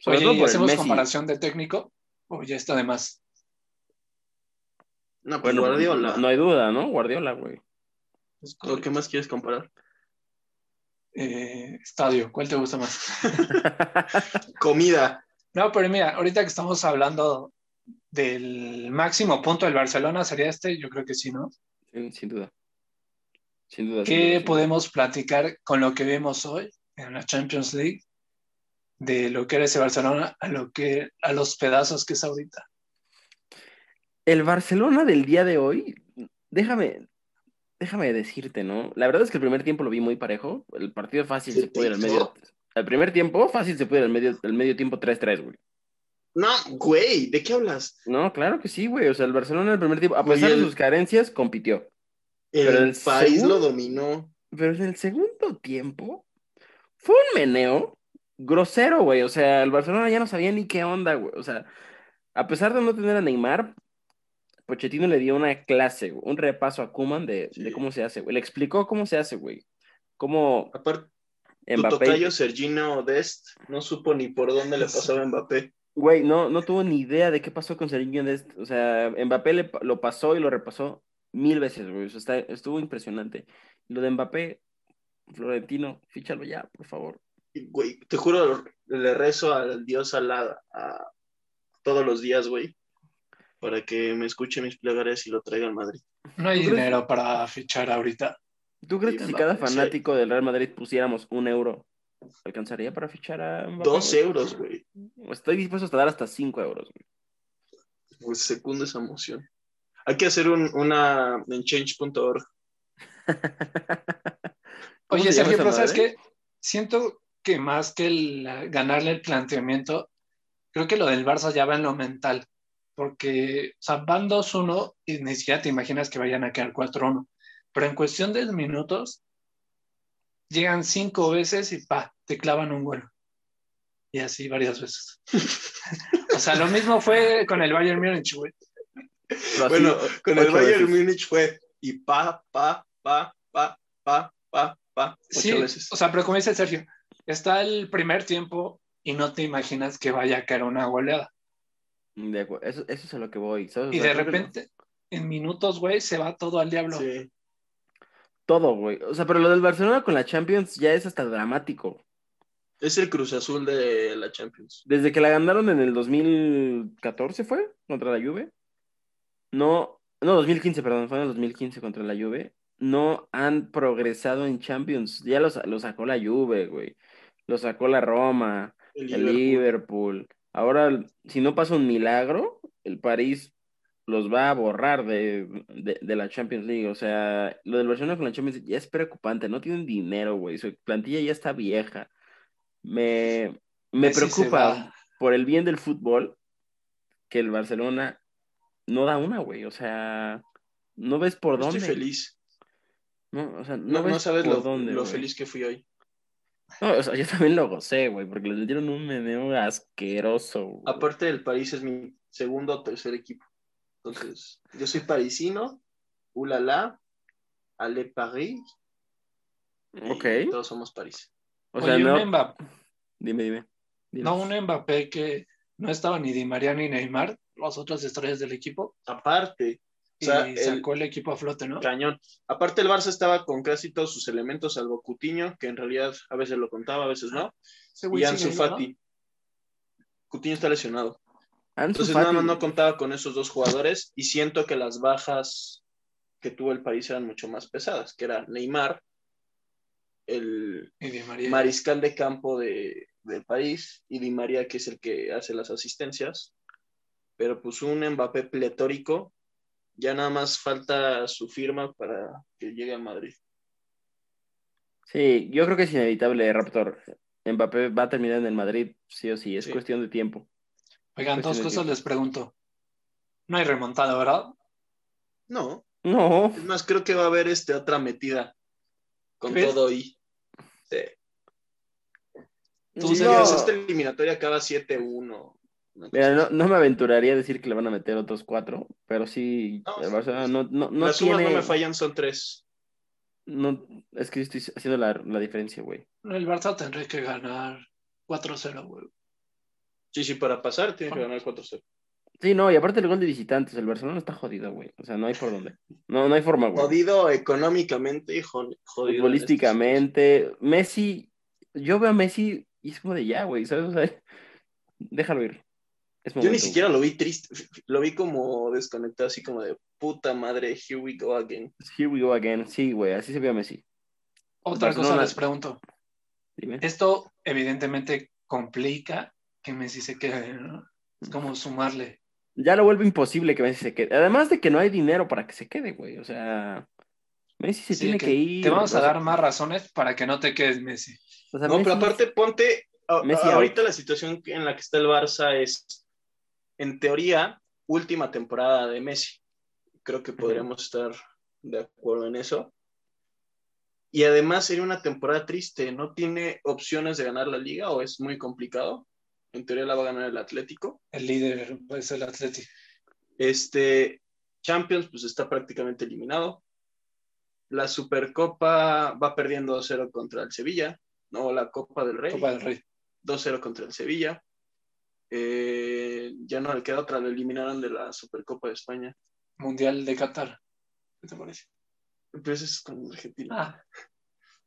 [SPEAKER 2] Sobre
[SPEAKER 1] Oye,
[SPEAKER 2] todo
[SPEAKER 1] ¿y
[SPEAKER 2] por el
[SPEAKER 1] hacemos
[SPEAKER 2] Messi.
[SPEAKER 1] comparación de técnico? O ya está de más.
[SPEAKER 3] No, pues
[SPEAKER 2] Bueno,
[SPEAKER 3] Guardiola.
[SPEAKER 2] No, no hay duda, ¿no? Guardiola, güey.
[SPEAKER 1] Es como,
[SPEAKER 3] ¿O ¿Qué más quieres comparar?
[SPEAKER 1] eh, estadio, ¿cuál te gusta más?
[SPEAKER 3] Comida.
[SPEAKER 1] No, pero mira, ahorita que estamos hablando del máximo punto del Barcelona, ¿sería este? Yo creo que sí, ¿no?
[SPEAKER 2] sin, sin duda. Sin duda. sin duda,
[SPEAKER 1] ¿Qué
[SPEAKER 2] sin
[SPEAKER 1] podemos platicar con lo que vimos hoy en la Champions League de lo que era ese Barcelona a lo que a los pedazos que es ahorita?
[SPEAKER 2] El Barcelona del día de hoy, déjame, déjame decirte, ¿no? La verdad es que el primer tiempo lo vi muy parejo. El partido fácil
[SPEAKER 3] ¿Qué
[SPEAKER 2] se puede ir al
[SPEAKER 3] te
[SPEAKER 2] medio. El primer tiempo fácil se puede ir al medio, al medio tiempo 3-3, güey.
[SPEAKER 3] No, güey, ¿de qué hablas?
[SPEAKER 2] No, claro que sí, güey. O sea, el Barcelona el primer tiempo, a
[SPEAKER 3] Güey,
[SPEAKER 2] pesar
[SPEAKER 3] el-
[SPEAKER 2] de sus carencias, compitió.
[SPEAKER 3] El,
[SPEAKER 2] Pero el
[SPEAKER 3] país
[SPEAKER 2] segundo-
[SPEAKER 3] lo dominó.
[SPEAKER 2] Pero en el segundo tiempo fue un meneo grosero, güey. O sea, el Barcelona ya no sabía ni qué onda, güey. O sea, a pesar de no tener a Neymar, Pochettino le dio una clase, güey, un repaso a Kuman de, de
[SPEAKER 3] Sí.
[SPEAKER 2] cómo se hace, güey. Le explicó cómo se hace, güey. Cómo
[SPEAKER 3] Aparte, tu
[SPEAKER 2] Mbappé.
[SPEAKER 3] tocayo Sergino Dest no supo ni por dónde le pasaba a Mbappé.
[SPEAKER 2] Güey, no, no tuvo ni idea de qué pasó con Sergio Dest. O sea, Mbappé le- lo pasó y lo repasó mil veces, güey. O sea, está- estuvo impresionante. Lo de Mbappé, Florentino, fíchalo ya, por favor.
[SPEAKER 3] Y, Güey, te juro, le rezo al Dios alada a todos los días, güey, para que me escuche mis plegarias y lo traiga al Madrid.
[SPEAKER 1] No hay
[SPEAKER 2] ¿Tú crees?
[SPEAKER 1] dinero para fichar ahorita.
[SPEAKER 2] ¿Tú crees
[SPEAKER 3] Sí,
[SPEAKER 2] que si
[SPEAKER 3] Mbappé,
[SPEAKER 2] cada
[SPEAKER 3] sí.
[SPEAKER 2] fanático del Real Madrid pusiéramos un euro ¿Alcanzaría para fichar a Mbappé?
[SPEAKER 3] Dos euros, güey.
[SPEAKER 2] Estoy dispuesto a dar hasta cinco euros. güey.
[SPEAKER 3] Pues secundo esa moción. Hay que hacer un, una en change.org.
[SPEAKER 2] ¿Cómo
[SPEAKER 1] Oye,
[SPEAKER 2] se llama
[SPEAKER 1] Sergio,
[SPEAKER 2] esa
[SPEAKER 1] pero ¿sabes
[SPEAKER 2] madre?
[SPEAKER 1] qué? Siento que más que el, la- ganarle el planteamiento, creo que lo del Barça ya va en lo mental. Porque, o sea, van 2-1 y ni siquiera te imaginas que vayan a quedar 4-1. Pero en cuestión de minutos, llegan cinco veces y pa, te clavan un gol. Y así varias veces. o sea, lo mismo fue con el Bayern Múnich, güey.
[SPEAKER 2] Pero así-
[SPEAKER 3] Bueno, con el
[SPEAKER 2] ocho
[SPEAKER 3] Bayern
[SPEAKER 2] veces.
[SPEAKER 3] Múnich fue y pa, pa, pa, pa, pa, pa, pa, ocho
[SPEAKER 1] Sí,
[SPEAKER 3] veces.
[SPEAKER 1] o sea, pero como dice Sergio, está el primer tiempo y no te imaginas que vaya a caer una goleada.
[SPEAKER 2] De acuerdo. Eso, eso es a lo que voy. ¿sabes?
[SPEAKER 1] Y
[SPEAKER 2] O sea,
[SPEAKER 1] de
[SPEAKER 2] creo que lo-
[SPEAKER 1] repente, en minutos, güey, se va todo al diablo.
[SPEAKER 3] Sí.
[SPEAKER 2] Todo, güey. O sea, pero lo del Barcelona con la Champions ya es hasta dramático.
[SPEAKER 3] Es el Cruz Azul de la Champions.
[SPEAKER 2] Desde que la ganaron en el 2014 fue contra la Juve. No, no 2015, perdón, fue en el 2015 contra la Juve. No han progresado en Champions. Ya los, los sacó la Juve, güey. Lo sacó la Roma,
[SPEAKER 3] El
[SPEAKER 2] el
[SPEAKER 3] Liverpool.
[SPEAKER 2] Liverpool. Ahora, si no pasa un milagro, el París los va a borrar de, de- de la Champions League. O sea, lo del Barcelona con la Champions League ya es preocupante. No tienen dinero, güey. Su plantilla ya está vieja. Me, me
[SPEAKER 1] Messi se
[SPEAKER 2] preocupa
[SPEAKER 1] va.
[SPEAKER 2] por el bien del fútbol que el Barcelona no da una, güey. O sea, no ves por
[SPEAKER 3] Yo
[SPEAKER 2] dónde.
[SPEAKER 3] Estoy feliz.
[SPEAKER 2] No, o sea, no,
[SPEAKER 3] No, no
[SPEAKER 2] ves
[SPEAKER 3] sabes
[SPEAKER 2] por
[SPEAKER 3] lo,
[SPEAKER 2] dónde,
[SPEAKER 3] lo
[SPEAKER 2] güey.
[SPEAKER 3] feliz que fui hoy.
[SPEAKER 2] No, o sea, yo también lo gocé, güey, porque les metieron un meneo asqueroso. güey.
[SPEAKER 3] Aparte del París es mi segundo o tercer equipo. Entonces, yo soy parisino, ulala, ale Paris, y
[SPEAKER 2] Ok.
[SPEAKER 3] todos somos París.
[SPEAKER 2] O sea,
[SPEAKER 1] Oye,
[SPEAKER 2] no.
[SPEAKER 1] un Mbappé,
[SPEAKER 2] Dime, dime. Dime.
[SPEAKER 1] no, un Mbappé que no estaba ni Di María ni Neymar, las otras estrellas del equipo,
[SPEAKER 3] Aparte, o sea,
[SPEAKER 1] y
[SPEAKER 3] el-
[SPEAKER 1] sacó el equipo a flote, ¿no?
[SPEAKER 3] cañón. Aparte el Barça estaba con casi todos sus elementos, salvo Cutiño, que en realidad a veces lo contaba, a veces no,
[SPEAKER 1] Ese Ah, güey
[SPEAKER 3] y Ansu
[SPEAKER 1] sigue ahí, ¿no?
[SPEAKER 3] Fati. Cutiño está lesionado.
[SPEAKER 2] Ansu
[SPEAKER 3] Entonces
[SPEAKER 2] Fati-
[SPEAKER 3] nada más no contaba con esos dos jugadores y siento que las bajas que tuvo el París eran mucho más pesadas, que era Neymar, el
[SPEAKER 1] Y Di María.
[SPEAKER 3] mariscal de campo de, de París y Di María que es el que hace las asistencias, pero pues un Mbappé pletórico, ya nada más falta su firma para que llegue a Madrid.
[SPEAKER 2] Sí, yo creo que es inevitable, Raptor. Mbappé va a terminar en el Madrid, sí o sí, es
[SPEAKER 3] Sí.
[SPEAKER 2] cuestión de tiempo.
[SPEAKER 1] Oigan, dos
[SPEAKER 2] Cuestión de
[SPEAKER 1] cosas
[SPEAKER 2] tiempo.
[SPEAKER 1] les pregunto. No hay remontada, ¿verdad?
[SPEAKER 3] No,
[SPEAKER 2] No,
[SPEAKER 3] es más, creo que va a haber este otra metida con
[SPEAKER 1] ¿Crees?
[SPEAKER 3] todo y... Sí.
[SPEAKER 1] Tú,
[SPEAKER 3] Sí,
[SPEAKER 1] Sergio.
[SPEAKER 3] o sea, esta eliminatoria acaba 7-1. una cosa
[SPEAKER 2] Mira, no, no me aventuraría a decir que le van a meter otros cuatro, pero sí,
[SPEAKER 3] No,
[SPEAKER 2] el
[SPEAKER 3] sí,
[SPEAKER 2] Barcelona
[SPEAKER 3] sí.
[SPEAKER 2] no, no, no
[SPEAKER 3] Las
[SPEAKER 2] tiene.
[SPEAKER 3] sumas no me fallan, son tres.
[SPEAKER 2] no- es que yo estoy haciendo la, la diferencia, güey.
[SPEAKER 1] El Barça tendría que ganar 4-0, güey.
[SPEAKER 3] Sí, sí, para pasar tiene que ganar 4-0.
[SPEAKER 2] Sí, no, y aparte el gol de visitantes, el Barcelona está jodido, güey. O sea, no hay por dónde. No, no hay forma, güey.
[SPEAKER 3] Jodido económicamente y jo- jodido. este
[SPEAKER 2] futbolísticamente. Messi, yo veo a Messi y es como de ya, güey, ¿sabes? O sea, déjalo ir. Es
[SPEAKER 3] Yo ni
[SPEAKER 2] momento,
[SPEAKER 3] siquiera lo vi triste. Lo vi como desconectado, así como de puta madre, here we go again.
[SPEAKER 2] güey. Here we go again. Sí, güey, así se ve a Messi.
[SPEAKER 1] Otra cosa
[SPEAKER 2] Barcelona.
[SPEAKER 1] les pregunto.
[SPEAKER 2] Dime.
[SPEAKER 1] Esto evidentemente complica que Messi se quede, ¿no? Es como sumarle.
[SPEAKER 2] Ya lo vuelve imposible que Messi se quede. Además de que no hay dinero para que se quede, güey. O sea, Messi se
[SPEAKER 1] Sí,
[SPEAKER 2] tiene
[SPEAKER 1] que
[SPEAKER 2] que, ir.
[SPEAKER 1] Te vamos a
[SPEAKER 2] O sea,
[SPEAKER 1] dar más razones para que no te quedes, Messi.
[SPEAKER 2] o sea,
[SPEAKER 3] No, pero
[SPEAKER 2] Messi-
[SPEAKER 3] aparte, ponte. a-
[SPEAKER 2] Messi
[SPEAKER 3] a- ahorita la situación en la que está el Barça es, en teoría, última temporada de Messi. Creo que podríamos estar de acuerdo en eso. Y además sería una temporada triste. No tiene opciones de ganar la liga o es muy complicado. En teoría la va a ganar el Atlético.
[SPEAKER 1] El líder es el Atlético.
[SPEAKER 3] Este Champions, pues está prácticamente eliminado. La Supercopa va perdiendo 2-0 contra el Sevilla. No, la Copa del Rey.
[SPEAKER 1] Copa del Rey.
[SPEAKER 3] 2-0 contra el Sevilla. Eh, ya no le queda otra, lo eliminaron de la Supercopa de España.
[SPEAKER 1] Mundial de Qatar. ¿Qué te parece?
[SPEAKER 3] Pues es con Argentina.
[SPEAKER 1] Ah,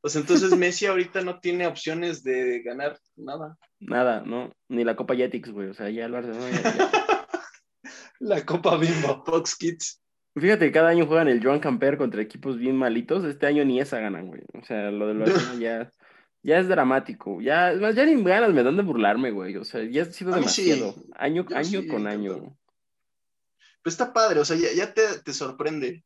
[SPEAKER 3] Pues entonces Messi ahorita no tiene opciones de ganar nada.
[SPEAKER 2] Nada, ¿no? Ni la Copa Jetix, güey. O sea, ya el Barcelona. ya- ya.
[SPEAKER 1] la Copa Bimbo.
[SPEAKER 3] Fox Kids.
[SPEAKER 2] Fíjate, que cada año juegan el Joan Camper contra equipos bien malitos. Este año ni esa ganan, güey. O sea, lo del Barcelona ya. Ya es dramático. Ya, es más, ya ni ganas me dan de burlarme, güey. O sea, ya ha sido
[SPEAKER 3] A mí sí.
[SPEAKER 2] demasiado. Año,
[SPEAKER 3] Yo
[SPEAKER 2] año
[SPEAKER 3] sí,
[SPEAKER 2] con
[SPEAKER 3] tanto.
[SPEAKER 2] año.
[SPEAKER 3] Pues está padre, o sea, ya, ya te, te sorprende.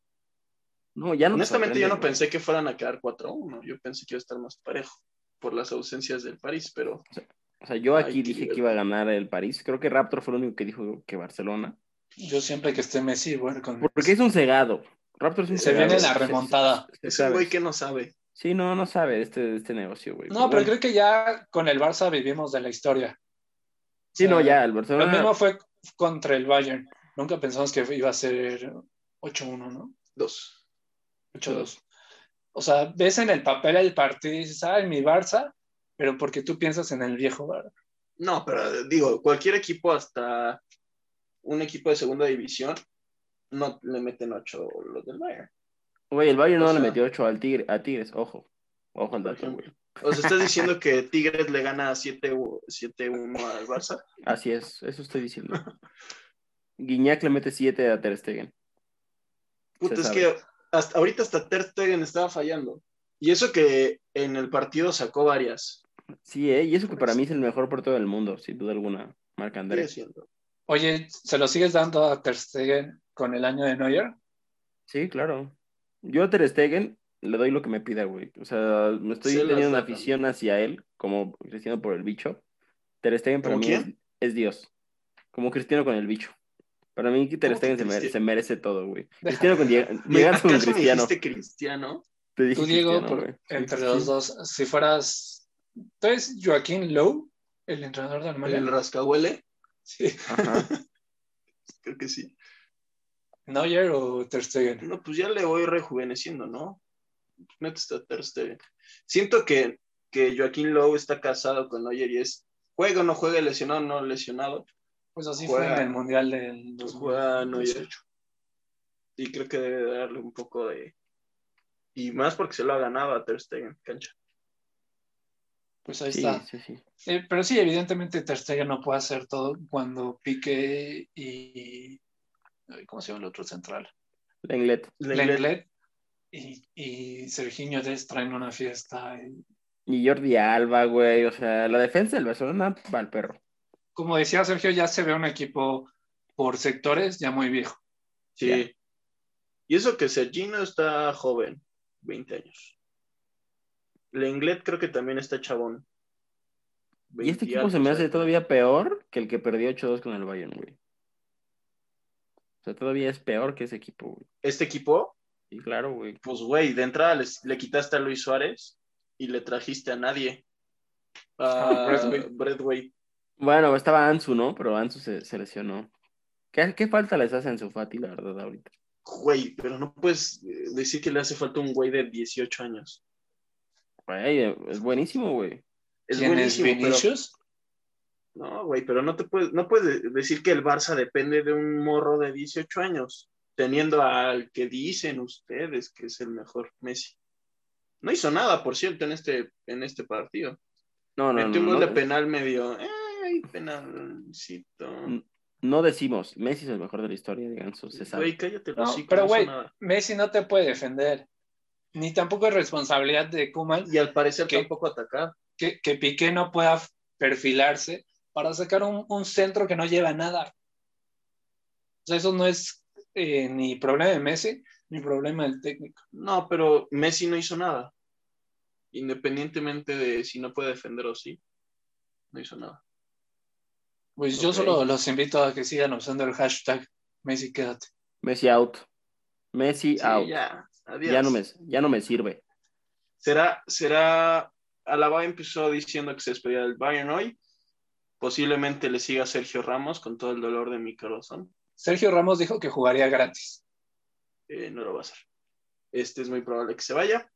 [SPEAKER 2] No,
[SPEAKER 1] pues,
[SPEAKER 2] ya no. te
[SPEAKER 3] Honestamente, yo no
[SPEAKER 2] sorprende,
[SPEAKER 3] pensé que fueran a quedar 4-1. Yo pensé que iba a estar más parejo por las ausencias del París, pero
[SPEAKER 2] güey. O sea, yo aquí
[SPEAKER 3] Ay, qué
[SPEAKER 2] dije que iba a ganar el París. Creo que Raptor fue el único que dijo que Barcelona.
[SPEAKER 1] Yo siempre que esté Messi, bueno, con
[SPEAKER 2] Porque es un cegado. Raptor es un
[SPEAKER 1] se
[SPEAKER 2] cegado.
[SPEAKER 1] viene la
[SPEAKER 2] Se-
[SPEAKER 1] remontada.
[SPEAKER 2] se- se
[SPEAKER 3] es
[SPEAKER 2] sabe.
[SPEAKER 3] un güey que no sabe.
[SPEAKER 2] Sí, no, no sabe este, este negocio, güey.
[SPEAKER 1] No, pero
[SPEAKER 2] bueno.
[SPEAKER 1] creo que ya con el Barça vivimos de la historia.
[SPEAKER 2] Sí, no,
[SPEAKER 1] O sea,
[SPEAKER 2] ya, el
[SPEAKER 1] Lo
[SPEAKER 2] Barcelona.
[SPEAKER 1] mismo fue contra el Bayern. Nunca pensamos que iba a ser 8-1, ¿no?
[SPEAKER 3] Dos.
[SPEAKER 1] 8-2. O sea, ves en el papel el partido y dices, ah, en mi Barça, pero porque tú piensas en el viejo Barça.
[SPEAKER 3] No, pero digo, cualquier equipo, hasta un equipo de segunda división, no le meten ocho los del Bayern.
[SPEAKER 2] Güey, el Bayern no
[SPEAKER 3] o
[SPEAKER 2] le
[SPEAKER 3] sea-
[SPEAKER 2] metió 8 al Tigre, a Tigres, ojo. Ojo al
[SPEAKER 3] Por
[SPEAKER 2] dato, güey.
[SPEAKER 3] ejemplo. O sea, estás diciendo que Tigres le gana 7 u- 7-1 al Barça.
[SPEAKER 2] Así es, eso estoy diciendo. Guiñac le mete 7 a Ter Stegen.
[SPEAKER 3] Puta,
[SPEAKER 2] Se
[SPEAKER 3] es
[SPEAKER 2] sabe.
[SPEAKER 3] que hasta, ahorita hasta Ter Stegen estaba fallando. Y eso que en el partido sacó varias.
[SPEAKER 2] Sí, eh, y eso que
[SPEAKER 3] Pues
[SPEAKER 2] para mí es el mejor portero del mundo, sin duda alguna, Marc
[SPEAKER 3] Sigue
[SPEAKER 2] Andrés.
[SPEAKER 3] siendo.
[SPEAKER 1] Oye, ¿se lo sigues dando a Ter Stegen con el año de Neuer?
[SPEAKER 2] Sí, claro. Yo a Ter Stegen le doy lo que me pida, güey. O sea, me estoy
[SPEAKER 3] Se las
[SPEAKER 2] teniendo una
[SPEAKER 3] sacan.
[SPEAKER 2] afición hacia él, como Cristiano por el bicho. Ter Stegen para
[SPEAKER 3] ¿Como
[SPEAKER 2] mí es,
[SPEAKER 3] quién?
[SPEAKER 2] es Dios. Como Cristiano con el bicho. Para mí Ter
[SPEAKER 3] ¿Cómo que
[SPEAKER 2] Stegen se, mere-
[SPEAKER 3] Cristiano?
[SPEAKER 2] se merece todo, güey. Cristiano con Diego.
[SPEAKER 3] Me-
[SPEAKER 2] Llegas con
[SPEAKER 3] ¿Acaso me
[SPEAKER 2] Cristiano.
[SPEAKER 3] dijiste Cristiano?
[SPEAKER 2] Te dije
[SPEAKER 1] Tú, Diego,
[SPEAKER 2] Cristiano,
[SPEAKER 1] por-
[SPEAKER 2] güey. Sí,
[SPEAKER 1] entre
[SPEAKER 2] sí,
[SPEAKER 1] los
[SPEAKER 2] sí.
[SPEAKER 1] dos, si fueras. ¿Tú eres Joaquín Lowe, el entrenador de Alemania?
[SPEAKER 3] ¿El rascahuele?
[SPEAKER 1] Sí.
[SPEAKER 2] Ajá.
[SPEAKER 3] Creo que sí.
[SPEAKER 1] ¿Neuer o Ter Stegen?
[SPEAKER 3] No, pues ya le voy rejuveneciendo, ¿no? Pues, Neta está Ter Stegen. Siento que, que Joaquín Lowe está casado con Neuer y es juega o no juega, lesionado o no lesionado,
[SPEAKER 1] Pues así
[SPEAKER 3] Juega.
[SPEAKER 1] fue en el Mundial del
[SPEAKER 3] pues
[SPEAKER 1] 2000.
[SPEAKER 3] juega Neuer. Y creo que debe darle un poco de... Y más porque se lo ha ganado a Ter Stegen, cancha.
[SPEAKER 1] Pues ahí
[SPEAKER 2] Sí,
[SPEAKER 1] está.
[SPEAKER 2] sí, sí.
[SPEAKER 1] Eh, pero sí, evidentemente Ter Stegen no puede hacer todo cuando Piqué y... ay, ¿Cómo se llama el otro central?
[SPEAKER 2] Lenglet.
[SPEAKER 1] Lenglet y, y Serginho Des traen una fiesta. y-
[SPEAKER 2] Y Jordi Alba, güey. O sea, la defensa del Barcelona va al perro.
[SPEAKER 1] Como decía Sergio, ya se ve un equipo por sectores ya muy viejo.
[SPEAKER 3] Sí.
[SPEAKER 2] Ya.
[SPEAKER 3] Y eso que Sergino está joven, 20 años. Lenglet creo que también está chabón.
[SPEAKER 2] Y este
[SPEAKER 3] 20
[SPEAKER 2] equipo se me
[SPEAKER 3] altos,
[SPEAKER 2] hace
[SPEAKER 3] ¿eh?
[SPEAKER 2] todavía peor que el que perdió 8-2 con el Bayern, güey. O sea, todavía es peor que ese equipo, güey.
[SPEAKER 3] Este equipo,
[SPEAKER 2] Y claro, güey.
[SPEAKER 3] pues güey, de entrada les- le quitaste a Luis Suárez y le trajiste a nadie.
[SPEAKER 1] A
[SPEAKER 3] A
[SPEAKER 1] Bradway.
[SPEAKER 3] Bradway.
[SPEAKER 2] Bueno, estaba Ansu, ¿no? Pero Ansu se, se lesionó. ¿Qué, qué falta les hace a Ansu Fati, la verdad, ahorita?
[SPEAKER 3] Güey, pero no puedes eh, decir que le hace falta un güey de 18 años.
[SPEAKER 2] Güey, es buenísimo, güey.
[SPEAKER 3] Es
[SPEAKER 1] ¿Quién es
[SPEAKER 3] buenísimo, pero-
[SPEAKER 1] Vinicius?
[SPEAKER 3] No, güey, pero no te puedes, no puedes de- decir que el Barça depende de un morro de 18 años, teniendo al que dicen ustedes que es el mejor Messi. No hizo nada, por cierto, en este, en este partido.
[SPEAKER 2] No, no,
[SPEAKER 3] Metió un
[SPEAKER 2] no.
[SPEAKER 3] gol
[SPEAKER 2] no,
[SPEAKER 3] de penal medio. eh, ¡Ay, penalcito!
[SPEAKER 2] no decimos, Messi es el mejor de la historia de Ansu, se sabe.
[SPEAKER 3] Güey, cállate,
[SPEAKER 1] No,
[SPEAKER 3] no,
[SPEAKER 1] pero,
[SPEAKER 3] no hizo
[SPEAKER 1] güey.
[SPEAKER 3] nada.
[SPEAKER 1] Messi no te puede defender. Ni tampoco es responsabilidad de Kuman
[SPEAKER 3] Y al parecer
[SPEAKER 1] ¿Qué?
[SPEAKER 3] tampoco atacar.
[SPEAKER 1] que, que Piqué no pueda perfilarse para sacar un, un centro que no lleva nada. O sea, eso no es eh, ni problema de Messi ni problema del técnico.
[SPEAKER 3] No, pero Messi no hizo nada. Independientemente de si no puede defender o sí, no hizo nada.
[SPEAKER 1] Pues yo
[SPEAKER 2] Ok.
[SPEAKER 1] solo los invito a que sigan usando el hashtag Messi quédate.
[SPEAKER 2] Messi out. Messi
[SPEAKER 3] Sí,
[SPEAKER 2] out. Ya,
[SPEAKER 3] ya, adiós.
[SPEAKER 2] no me, ya no me sirve.
[SPEAKER 3] Será, será, Alaba empezó diciendo que se despedía del Bayern hoy. Posiblemente le siga Sergio Ramos con todo el dolor de mi corazón.
[SPEAKER 1] Sergio Ramos dijo que jugaría gratis.
[SPEAKER 3] Eh, no lo va a hacer. Este es muy probable que se vaya.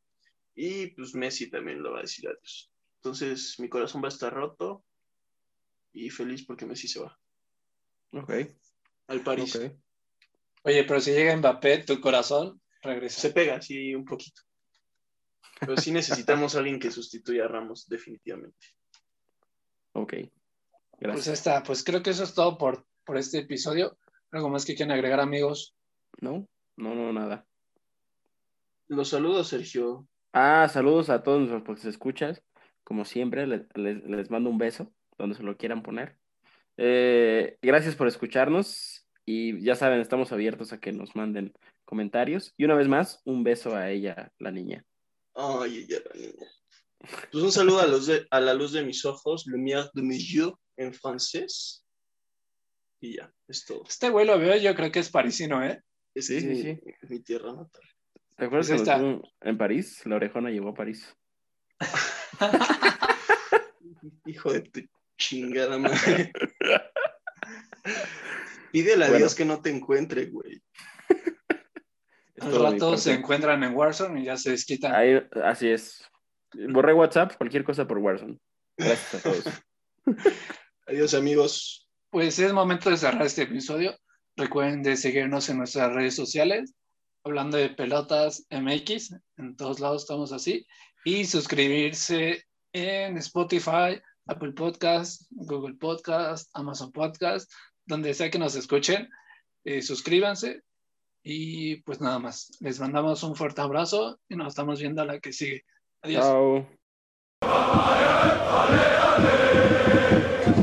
[SPEAKER 3] Y pues Messi también lo va a decir adiós. Entonces mi corazón va a estar roto y feliz porque Messi se va
[SPEAKER 2] Ok,
[SPEAKER 3] al París.
[SPEAKER 2] ok.
[SPEAKER 1] Oye, pero si llega Mbappé, tu corazón regresa.
[SPEAKER 3] Se pega, sí, un poquito. Pero sí necesitamos a alguien que sustituya a Ramos, definitivamente.
[SPEAKER 2] Ok.
[SPEAKER 1] Pues
[SPEAKER 2] Gracias.
[SPEAKER 1] está, pues creo que eso es todo por, por este episodio. ¿Algo más que quieran agregar, amigos?
[SPEAKER 2] No, no, no, nada.
[SPEAKER 3] Los saludos, Sergio.
[SPEAKER 2] Ah, saludos a todos nuestros pues, escuchas. Como siempre, le- les, les mando un beso donde se lo quieran poner. Eh, gracias por escucharnos y ya saben, estamos abiertos a que nos manden comentarios. Y una vez más, un beso a ella, la niña.
[SPEAKER 3] Ay, ya la niña. Pues un saludo a, los de- a la luz de mis ojos, lumière de mes yeux en francés. Y ya, es todo.
[SPEAKER 1] Este güey lo veo, yo creo que es parisino, ¿eh?
[SPEAKER 3] Es
[SPEAKER 2] Sí,
[SPEAKER 3] que
[SPEAKER 2] sí,
[SPEAKER 3] es
[SPEAKER 2] sí.
[SPEAKER 3] mi, mi tierra natal.
[SPEAKER 2] ¿Te acuerdas
[SPEAKER 1] Pues
[SPEAKER 2] que
[SPEAKER 1] ahí
[SPEAKER 2] nos vimos en París? La orejona llegó a París.
[SPEAKER 3] Hijo de tu chingada madre. Pídele a
[SPEAKER 2] Bueno.
[SPEAKER 3] Dios que no te encuentre, güey.
[SPEAKER 2] Es
[SPEAKER 1] Al
[SPEAKER 2] todo de mi
[SPEAKER 1] rato
[SPEAKER 2] parte.
[SPEAKER 1] se encuentran en Warzone y ya se desquitan.
[SPEAKER 2] Ahí, así es. Borré WhatsApp, cualquier cosa por Warzone. Gracias a todos.
[SPEAKER 3] Adiós, amigos.
[SPEAKER 1] Pues es momento de cerrar este episodio. Recuerden de seguirnos en nuestras redes sociales, hablando de pelotas MX, en todos lados estamos así, y suscribirse en Spotify, Apple Podcast, Google Podcast, Amazon Podcast, donde sea que nos escuchen, eh, suscríbanse y pues nada más. Les mandamos un fuerte abrazo y nos estamos viendo a la que sigue. Adiós.
[SPEAKER 2] Chao.